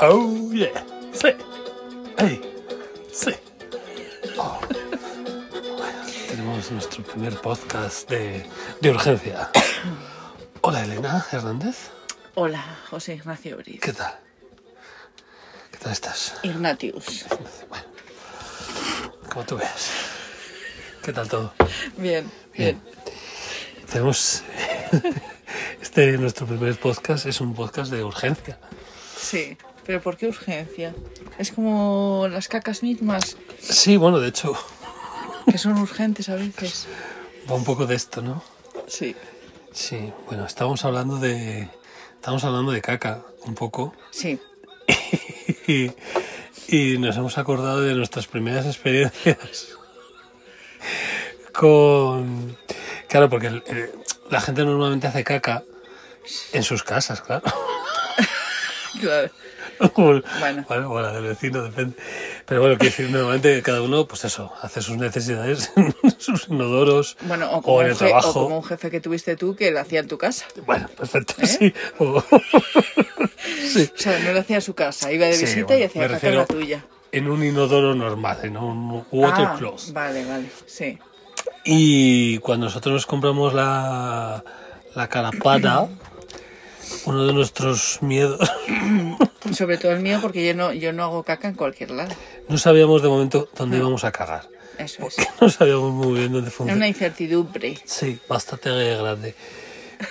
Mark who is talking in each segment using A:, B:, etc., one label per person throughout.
A: Oh, yeah. Sí. Ey. Sí.
B: Oh.
A: Tenemos nuestro primer podcast de, de urgencia. Hola, Elena Hernández.
B: Hola, José Ignacio Briz.
A: ¿Qué tal? ¿Qué tal estás?
B: Ignatius.
A: Bueno, como tú veas. ¿Qué tal todo?
B: Bien,
A: Bien.
B: bien.
A: Tenemos... Este, nuestro primer podcast es un podcast de urgencia.
B: Sí. Pero ¿por qué urgencia? Es como las cacas mismas,
A: Sí, bueno, de hecho,
B: que son urgentes a veces.
A: va un poco de esto, ¿no?
B: Sí.
A: Sí, bueno, estábamos hablando de. Estamos hablando de caca, un poco.
B: Sí.
A: Y, y nos hemos acordado de nuestras primeras experiencias. Con. Claro, porque el- el- la gente normalmente hace caca en sus casas, claro.
B: Claro.
A: Como-
B: Bueno.
A: bueno, bueno, del vecino, depende. Pero bueno, quiero decir, normalmente cada uno, pues eso, hace sus necesidades en sus inodoros
B: Bueno, o como,
A: en el
B: un je- o
A: trabajo.
B: como un jefe que tuviste tú que lo hacía en tu casa.
A: Bueno, perfecto,
B: ¿Eh?
A: sí. O- sí.
B: O sea, no lo hacía a su casa. Iba de
A: Sí,
B: visita
A: bueno,
B: y hacía
A: me
B: caca en
A: refiero
B: la tuya.
A: En un inodoro normal, en un water
B: Ah,
A: closet.
B: Vale, vale. Sí.
A: Y cuando nosotros nos compramos la, la carapata, uno de nuestros miedos,
B: Sobre todo el mío porque yo no, yo no hago caca en cualquier lado.
A: no sabíamos de momento dónde íbamos a cagar.
B: Eso es.
A: No sabíamos muy bien dónde
B: Ah. Era
A: funciona.
B: una incertidumbre.
A: Sí, bastante grande.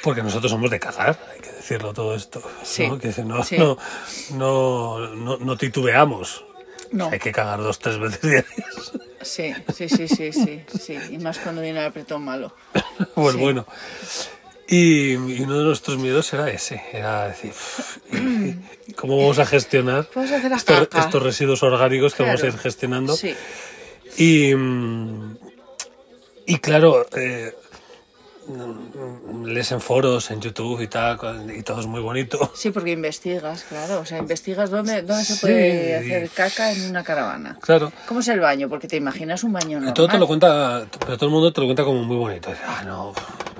A: Porque nosotros somos de cagar, hay que decirlo todo esto.
B: Sí,
A: ¿no? Que dice, no,
B: sí.
A: no, no, no, no titubeamos.
B: No.
A: Hay que cagar dos, tres veces diarias.
B: Sí, sí, sí, sí, sí, sí. Y más cuando viene el apretón malo.
A: Pues
B: Sí.
A: bueno. Y, y uno de nuestros miedos era ese, era decir, "Uf, ¿y- y ¿cómo vamos a gestionar
B: Vamos a hacer la
A: estos,
B: caca.
A: estos residuos orgánicos que vamos a
B: Claro.
A: ir gestionando?
B: Sí,
A: Y, mm, y claro, eh, mm, lees en foros, en YouTube y tal, con- y todo es muy bonito.
B: sí, porque investigas, claro. O sea, investigas dónde, dónde se
A: Sí.
B: puede hacer caca en una caravana.
A: Claro.
B: ¿Cómo es el baño? Porque te imaginas un baño normal.
A: Todo te lo cuenta, pero todo el mundo te lo cuenta como muy bonito. Dice, Ah, no,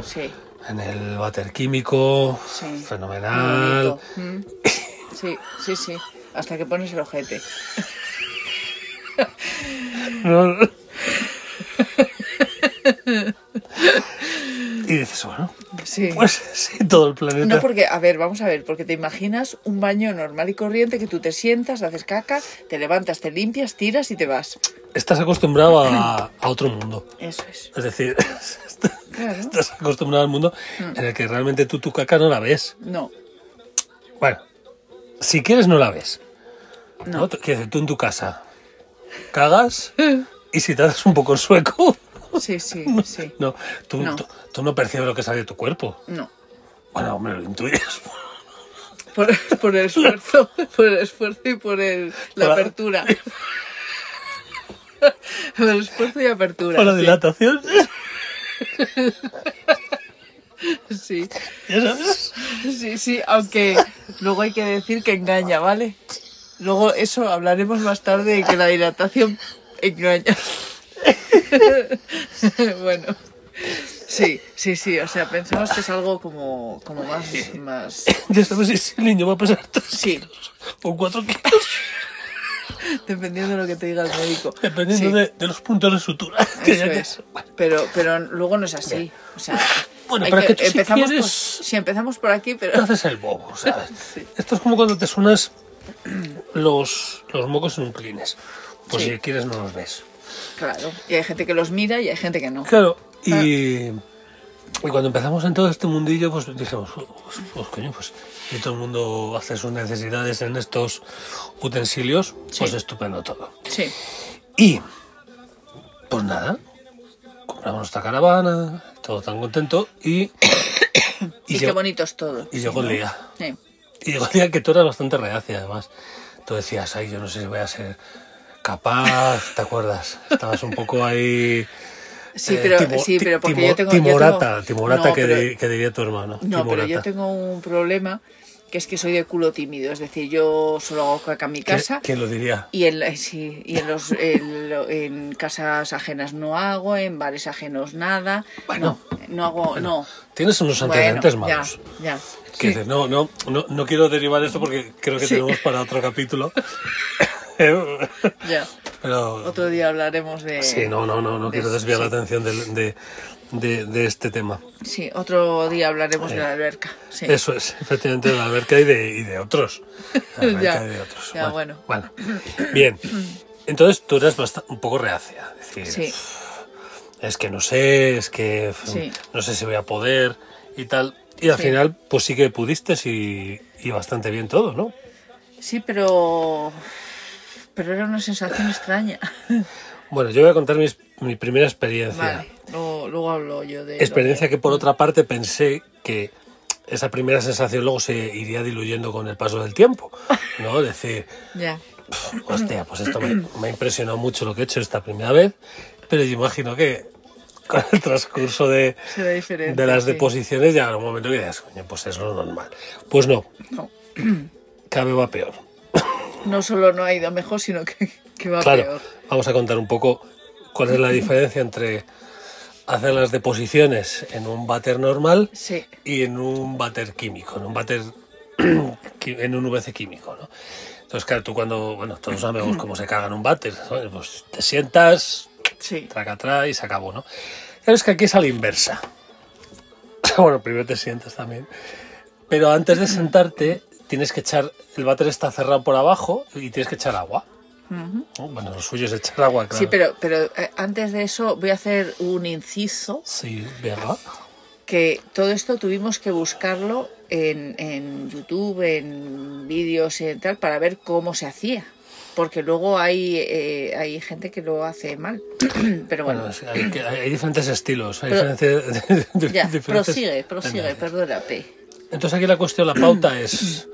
B: Sí,
A: en el váter químico,
B: sí.
A: fenomenal.
B: Muy bonito. Mm. Sí, sí, sí. Hasta que pones el ojete.
A: No. y dices, bueno,
B: Sí.
A: pues sí, todo el planeta.
B: No, porque, a ver, vamos a ver, porque te imaginas un baño normal y corriente que tú te sientas, haces caca, te levantas, te limpias, tiras y te vas.
A: Estás acostumbrado a, a otro mundo.
B: Eso es.
A: Es decir, estás
B: Claro.
A: acostumbrado al mundo
B: Mm.
A: en el que realmente tú tu caca no la ves.
B: No,
A: Bueno, si quieres no la ves.
B: No.
A: ¿no? Quiero decir, tú en tu casa cagas y si te das un poco el sueco,
B: sí, sí, sí.
A: no, tú
B: No.
A: Tú, tú no percibes lo que sale de tu cuerpo.
B: No.
A: Bueno, hombre, lo intuyes.
B: Por, por el esfuerzo, por el esfuerzo y por el, la
A: Por la-
B: apertura. Por el esfuerzo y apertura.
A: Para la
B: sí,
A: dilatación, ¿eh?
B: sí,
A: ya sabes.
B: sí, sí, aunque luego hay que decir que engaña, ¿vale? Luego eso hablaremos más tarde de que la dilatación engaña. bueno. Sí, sí, sí, o sea, pensamos que es algo como, como más, más...
A: Ya sabes si el niño va a pesar 3
B: Sí,
A: o 4 kilos,
B: dependiendo de lo que te diga el médico.
A: dependiendo
B: Sí.
A: de, de los puntos de sutura. que
B: Eso
A: haya que-
B: es. Pero, pero luego no es así. O sea,
A: Bueno,
B: hay
A: pero que tú si
B: empezamos
A: quieres-
B: por- si empezamos por aquí,
A: Te
B: pero
A: haces el bobo, ¿sabes?
B: Sí.
A: Esto es como cuando te suenas los, los mocos en un clines. Pues
B: Sí.
A: si quieres no los ves.
B: claro. Y hay gente que los mira y hay gente que no.
A: Claro,
B: Ah.
A: y, y cuando empezamos en todo este mundillo, pues dijimos, pues, pues, coño, pues si todo el mundo hace sus necesidades en estos utensilios, pues
B: Sí.
A: estupendo todo.
B: Sí,
A: Y, pues nada, compramos nuestra caravana, todo tan contento y...
B: y, qué
A: llegó,
B: bonito es todo.
A: y llegó el día.
B: Sí.
A: Y llegó el día que tú eras bastante reacia, además. Tú decías, ay, yo no sé si voy a ser capaz, ¿te acuerdas? Estabas un poco ahí...
B: Sí,
A: eh,
B: pero,
A: timo-
B: sí, pero
A: ti-
B: porque
A: timo-
B: yo tengo... yo
A: Timorata,
B: tengo-
A: timorata
B: No,
A: que,
B: pero-
A: di- que diría tu hermano.
B: No, pero yo
A: timorata.
B: tengo un problema que es que soy de culo tímido, es decir, yo solo hago caca en mi casa.
A: ¿Quién lo diría?
B: Y en, eh, sí, y en, los, en, lo- en casas ajenas no hago, en bares ajenos nada.
A: Bueno.
B: No, no hago, no.
A: Tienes unos antecedentes malos.
B: Ya, ya.
A: Que dices, no, no, no, no quiero derivar esto porque creo que
B: Sí.
A: tenemos para otro capítulo.
B: ya.
A: Pero
B: Otro día hablaremos de.
A: sí, no, no, no, no quiero
B: de-
A: desviar la
B: sí.
A: atención del- de, de- de este tema.
B: Sí, otro día hablaremos de la alberca. Sí.
A: Eso es, efectivamente, de la alberca y de, y de otros. La alberca
B: Ya,
A: y de otros.
B: ya,
A: bueno. Bien. Entonces tú eras basta- un poco reacia. a Decir,
B: Sí,
A: es que no sé, es que f-
B: Sí.
A: no sé si voy a poder y tal. Y al
B: Sí.
A: final, pues sí que pudiste y, y bastante bien todo, ¿no?
B: sí, pero. Pero era una sensación extraña.
A: Bueno, yo voy a contar mis- mi primera experiencia.
B: Vale, luego, luego hablo yo de. lo
A: Experiencia
B: que-
A: que por otra parte pensé que esa primera sensación luego se iría diluyendo con el paso del tiempo, ¿no? Es decir,
B: Ya.
A: Hostia, pues esto me, me ha impresionado mucho lo que he hecho esta primera vez, pero yo imagino que con el transcurso de,
B: Se ve diferente.
A: de las
B: sí.
A: deposiciones ya habrá un momento que digas, coño, pues es lo normal. Pues no,
B: No.
A: cabe va peor.
B: No solo no ha ido mejor, sino que, que va
A: claro,
B: peor.
A: vamos a contar un poco cuál es la diferencia entre hacer las deposiciones en un váter normal
B: Sí,
A: y en un váter químico, en un váter qui- en un VC químico, ¿no? Entonces, claro, tú cuando, bueno, todos sabemos cómo se caga en un váter, ¿no? pues te sientas,
B: sí.
A: traca atrás y se acabó, ¿no? Pero es que aquí es a la inversa. Bueno, primero te sientas también. Pero antes de sentarte, tienes que echar. El váter está cerrado por abajo y tienes que echar agua. ¿no? Bueno, lo suyo es echar agua, claro.
B: Sí, pero, pero eh, antes de eso voy a hacer un inciso,
A: Sí, venga.
B: que todo esto tuvimos que buscarlo en, en YouTube, en vídeos y tal, para ver cómo se hacía. Porque luego hay, eh, hay gente que lo hace mal. pero bueno,
A: Bueno, es- hay, que- hay diferentes estilos. Hay
B: Pero-
A: diferentes-
B: ya,
A: diferentes
B: prosigue, prosigue,
A: tendencias.
B: perdónate.
A: Entonces aquí la cuestión, la pauta es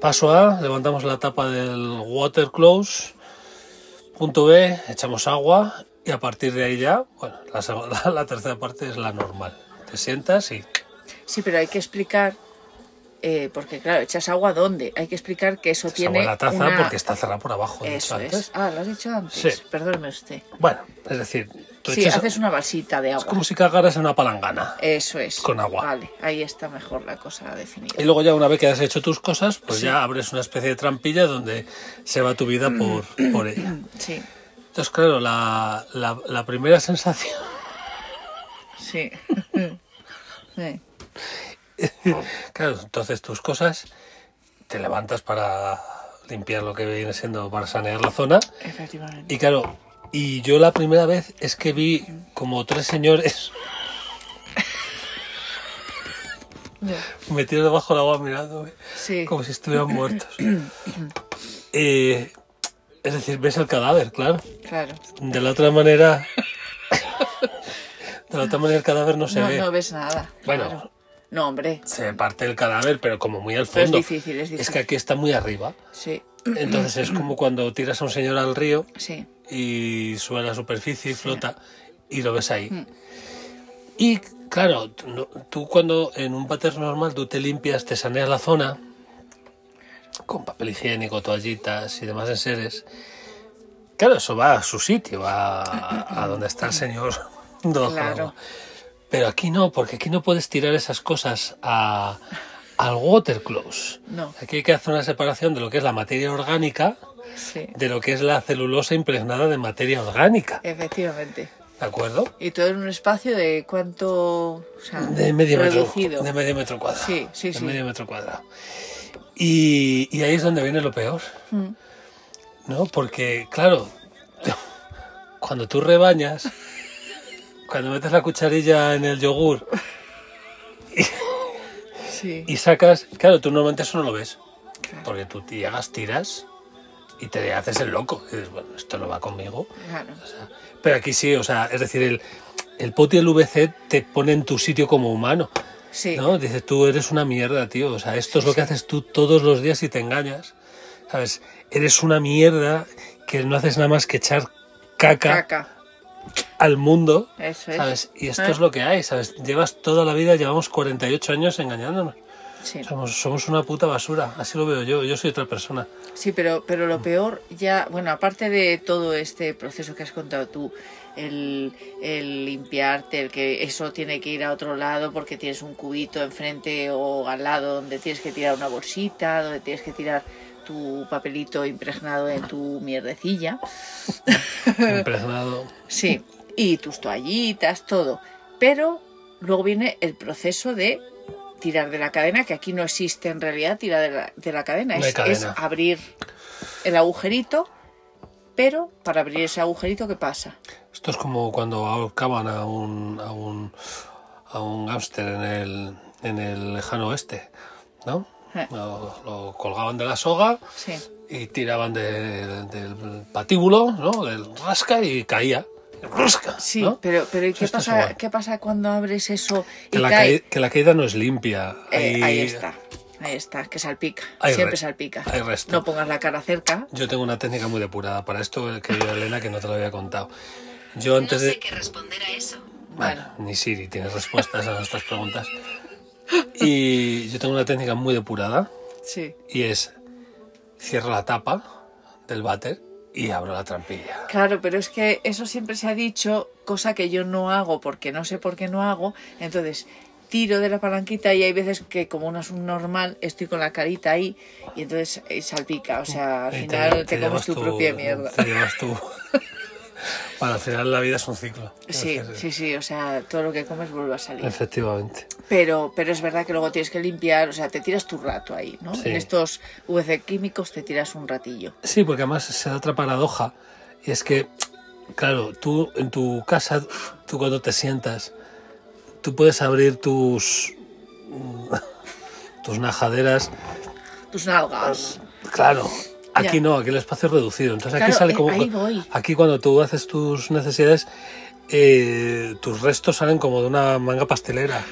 A: paso A, levantamos la tapa del water close, punto B, echamos agua y a partir de ahí ya, bueno, la, seg- la- la tercera parte es la normal. Te sientas y
B: Sí, pero hay que explicar, eh, porque claro, echas agua dónde. Hay que explicar que eso
A: se
B: tiene.
A: agua en la taza
B: una-
A: porque está cerrada por abajo. he dicho
B: Eso
A: antes.
B: es. Ah, lo has dicho antes.
A: Sí.
B: Perdóneme usted.
A: Bueno, es decir, tú
B: Sí,
A: echas-
B: haces una balsita de
A: es
B: agua.
A: como si cagaras en una palangana.
B: Eso es.
A: con agua. Eh,
B: Vale, ahí está mejor la cosa definida.
A: Y luego ya una vez que has hecho tus cosas, pues
B: Sí.
A: ya abres una especie de trampilla donde se va tu vida por,
B: Mm.
A: por ella.
B: Sí,
A: Entonces, claro, la- la- la primera sensación
B: sí. Sí.
A: Claro, entonces tus cosas, te levantas para limpiar lo que viene siendo, para sanear la zona.
B: Efectivamente.
A: Y claro, y yo la primera vez es que vi como tres señores
B: Ya.
A: metidos debajo del agua mirándome,
B: Sí.
A: como si estuvieran muertos. Eh, es decir, ves el cadáver, claro.
B: Claro.
A: De la otra manera... De la otra manera el cadáver no se
B: No,
A: ve.
B: no ves nada.
A: Bueno.
B: claro. No, hombre.
A: Se parte el cadáver, pero como muy al
B: Pero es
A: fondo.
B: difícil, es
A: Es
B: difícil.
A: que aquí está muy arriba.
B: Sí,
A: Entonces es como cuando tiras a un señor al río
B: sí.
A: y sube a la superficie y flota y lo ves ahí. Y claro, tú no- tú cuando en un váter normal tú te limpias, te saneas la zona con papel higiénico, toallitas y demás enseres. Claro, eso va a su sitio, va a, a donde está el señor. debajo del
B: Claro.
A: agua. Pero aquí no, porque aquí no puedes tirar esas cosas a, al water close.
B: No.
A: Aquí hay que hacer una separación de lo que es la materia orgánica
B: Sí.
A: de lo que es la celulosa impregnada de materia orgánica,
B: Efectivamente.
A: ¿de acuerdo?
B: Y todo en un espacio de cuánto. O sea,
A: De medio
B: reducido.
A: metro, de medio metro cuadrado.
B: Sí, sí,
A: de
B: sí.
A: medio metro cuadrado. Y, y ahí es donde viene lo peor,
B: Mm.
A: ¿no? Porque claro, cuando tú rebañas, cuando metes la cucharilla en el yogur
B: Sí.
A: y sacas, claro, tú normalmente eso no lo ves,
B: Claro.
A: porque tú llegas, tiras y te haces el loco. Y dices, bueno, esto no va conmigo.
B: Claro.
A: Pero aquí sí, o sea, es decir, el, el poti y el VC te pone en tu sitio como humano,
B: Sí.
A: ¿no? Dices, tú eres una mierda, tío, o sea, esto es lo que haces tú todos los días y te engañas, ¿sabes? Eres una mierda que no haces nada más que echar caca,
B: Caca.
A: al mundo,
B: Eso es.
A: ¿sabes? Y esto
B: Ah.
A: es lo que hay, ¿sabes? Llevas toda la vida, llevamos 48 años engañándonos.
B: Sí.
A: Somos, somos una puta basura, así lo veo yo, yo soy otra persona.
B: Sí, pero, pero lo peor ya, bueno, aparte de todo este proceso que has contado tú, el, el limpiarte, el que eso tiene que ir a otro lado porque tienes un cubito enfrente o al lado donde tienes que tirar una bolsita, donde tienes que tirar tu papelito impregnado en tu mierdecilla.
A: Impregnado.
B: Sí, y tus toallitas, todo. Pero luego viene el proceso de tirar de la cadena, que aquí no existe en realidad tirar de la, de la cadena.
A: No hay
B: es, es
A: cadena.
B: abrir el agujerito, pero para abrir ese agujerito, ¿qué pasa?
A: Esto es como cuando ahorcaban a un, a un, a un hámster en el, en el lejano oeste, ¿no?
B: Eh.
A: Lo, lo colgaban de la soga
B: Sí.
A: y tiraban de- del patíbulo, ¿no? Del rasca y caía. Rasca,
B: Sí,
A: ¿no?
B: pero, pero ¿y
A: Eso
B: qué
A: está
B: pasa,
A: igual.
B: qué pasa cuando abres eso y
A: Que la,
B: cae?
A: caí- que la caída no es limpia.
B: Eh,
A: Hay-
B: ahí está, ahí está, que salpica,
A: Hay
B: siempre
A: re-
B: salpica.
A: hay resto.
B: No pongas la cara cerca.
A: Yo tengo una técnica muy depurada para esto, eh, querida Elena, que no te lo había contado. Yo antes
C: No
A: de...
C: sé qué responder a eso.
A: Bueno, ni Siri tiene respuestas a nuestras preguntas. Y yo tengo una técnica muy depurada
B: Sí.
A: y es cierro la tapa del váter y abro la trampilla.
B: Claro, pero es que eso siempre se ha dicho, cosa que yo no hago porque no sé por qué no hago. Entonces, tiro de la palanquita y hay veces que como una normal estoy con la carita ahí y entonces eh, salpica. O sea, al
A: Y
B: final te, comes
A: llevas
B: tu, propia mierda.
A: Te llevas tu... bueno, al final la vida es un ciclo.
B: Sí, sí, sí, o sea, todo lo que comes vuelve a salir.
A: Efectivamente.
B: Pero, pero es verdad que luego tienes que limpiar, o sea, te tiras tu rato ahí, ¿no?
A: Sí.
B: En estos VC químicos te tiras un ratillo.
A: Sí, porque además se da otra paradoja. Y es que, claro, tú en tu casa, tú cuando te sientas, tú puedes abrir tus. tus najaderas.
B: Tus nalgas.
A: Claro. Aquí
B: Ya.
A: no, aquí el espacio es reducido. Entonces aquí
B: Claro,
A: sale
B: eh,
A: como.
B: ahí voy.
A: Aquí cuando tú haces tus necesidades, eh, tus restos salen como de una manga pastelera.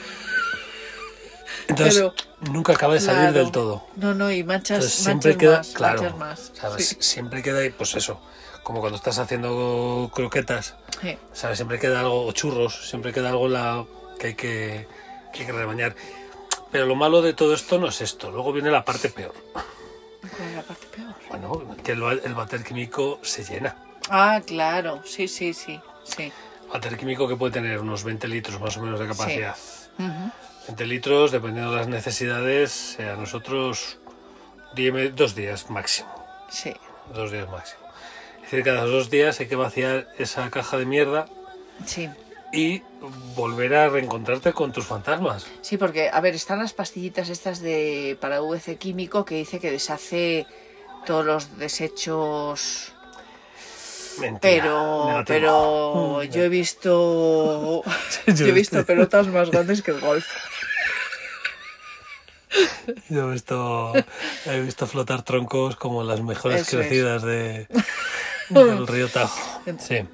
A: Entonces, nunca acaba Pues, de salir
B: Claro.
A: del todo.
B: No, no, y manchas,
A: Entonces siempre
B: manchas
A: queda,
B: más,
A: claro,
B: manchas más.
A: ¿sabes?
B: Sí.
A: Siempre queda ahí, pues eso, como cuando estás haciendo croquetas,
B: Sí.
A: ¿sabes? Siempre queda algo, o churros, siempre queda algo en la, que hay que, que hay que rebañar. Pero lo malo de todo esto no es esto, luego viene la parte peor.
B: ¿Cuál es la parte peor?
A: Bueno, que el, ba- el váter químico se llena.
B: Ah, claro, sí, sí, sí, sí.
A: Váter químico que puede tener unos 20 litros más o menos de capacidad.
B: Ujú.
A: 20 litros, dependiendo de las necesidades, eh, a nosotros dime, dos días máximo.
B: Sí,
A: dos días máximo. Es decir, cada dos días hay que vaciar esa caja de mierda
B: sí.
A: y volver a reencontrarte con tus fantasmas.
B: Sí, porque, a ver, están las pastillitas estas de para VC químico que dice que deshace todos los desechos.
A: Mentira,
B: Pero,
A: negativo.
B: pero yo he visto. Yo he visto pelotas más grandes que el golf.
A: Yo he visto, he visto flotar troncos como las mejores
B: Eso es.
A: crecidas de, del río Tajo. Sí,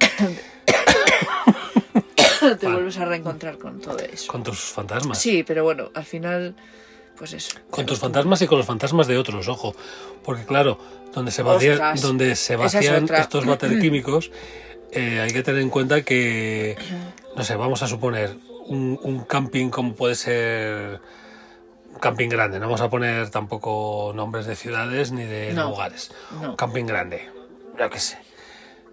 B: Te vuelves a reencontrar con todo eso.
A: con tus fantasmas.
B: Sí, pero bueno, al final, pues eso.
A: Con tus fantasmas y con los fantasmas de otros, ojo. Porque claro, donde se vacían,
B: Ostras,
A: donde se
B: esa es
A: vacían
B: otra.
A: estos váter químicos, eh, hay que tener en cuenta que, no sé, vamos a suponer un, un camping como puede ser un camping grande. No vamos a poner tampoco nombres de ciudades ni de
B: No,
A: lugares.
B: no.
A: Un camping grande, yo qué sé.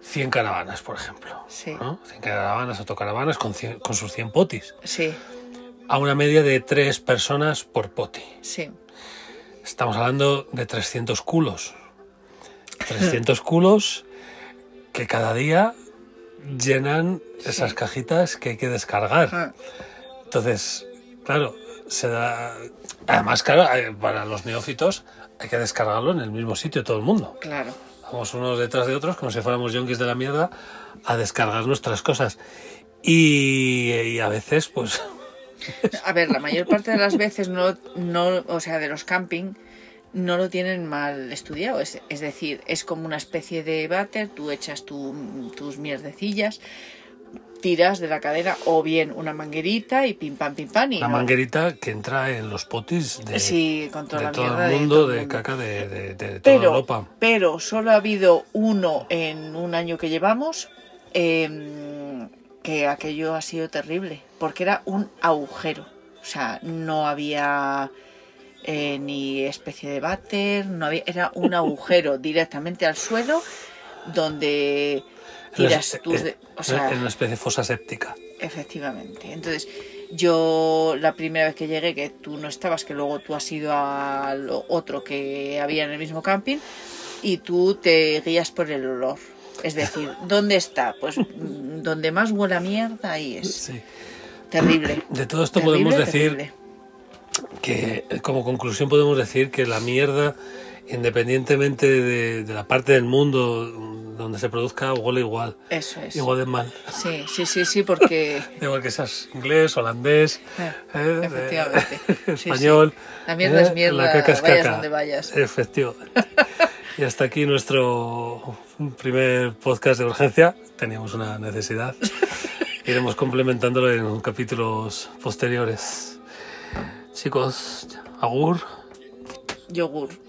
A: 100 caravanas, por ejemplo.
B: Sí.
A: ¿no? 100 caravanas, autocaravanas con, 100 con sus 100 potis.
B: Sí,
A: A una media de 3 personas por poti.
B: sí.
A: Estamos hablando de 300 culos. 300 culos que cada día llenan esas cajitas que hay que descargar.
B: Ah,
A: Entonces, claro, se da... Además, claro, eh, para los neófitos hay que descargarlo en el mismo sitio todo el mundo.
B: claro.
A: Vamos unos detrás de otros como si fuéramos yonkis de la mierda a descargar nuestras cosas. Y, y a veces, pues...
B: A ver, la mayor parte de las veces no, no o sea, de los camping no lo tienen mal estudiado. Es, es decir, es como una especie de váter, tú echas tu- tus mierdecillas, tiras de la cadena o bien una manguerita y pim pam pim pam y
A: La
B: no-
A: manguerita que entra en los potis de,
B: sí, con toda
A: de
B: la
A: todo
B: mierda
A: el
B: de
A: mundo,
B: todo el
A: de
B: mundo.
A: caca de, de, de toda
B: pero,
A: Europa.
B: pero solo ha habido uno en un año que llevamos em, que aquello ha sido terrible, porque era un agujero. O sea, no había eh, ni especie de váter, no había, era un agujero directamente al suelo donde tiras tus... de- o sea,
A: eh, en una especie de fosa séptica.
B: Efectivamente. Entonces, yo la primera vez que llegué, que tú no estabas, que luego tú has ido al otro que había en el mismo camping, y tú te guías por el olor. Es decir, ¿dónde está? Pues mm, donde más huele a mierda, ahí es.
A: Sí.
B: Terrible.
A: De todo esto
B: Terrible,
A: podemos decir
B: terrible.
A: que eh, como conclusión podemos decir que la mierda, independientemente de, de la parte del mundo mm, donde se produzca, huele igual,
B: Eso es.
A: igual de mal.
B: Sí, sí, sí, sí, porque...
A: Da Igual que seas inglés, holandés,
B: Eh,
A: eh,
B: efectivamente.
A: eh,
B: Sí, sí.
A: español. eh,
B: La mierda es mierda,
A: la caca es
B: vayas
A: caca.
B: donde vayas.
A: Efectivamente. y hasta aquí nuestro primer podcast de urgencia. Teníamos una necesidad. Iremos complementándolo en capítulos posteriores. Chicos, agur.
B: Yogur.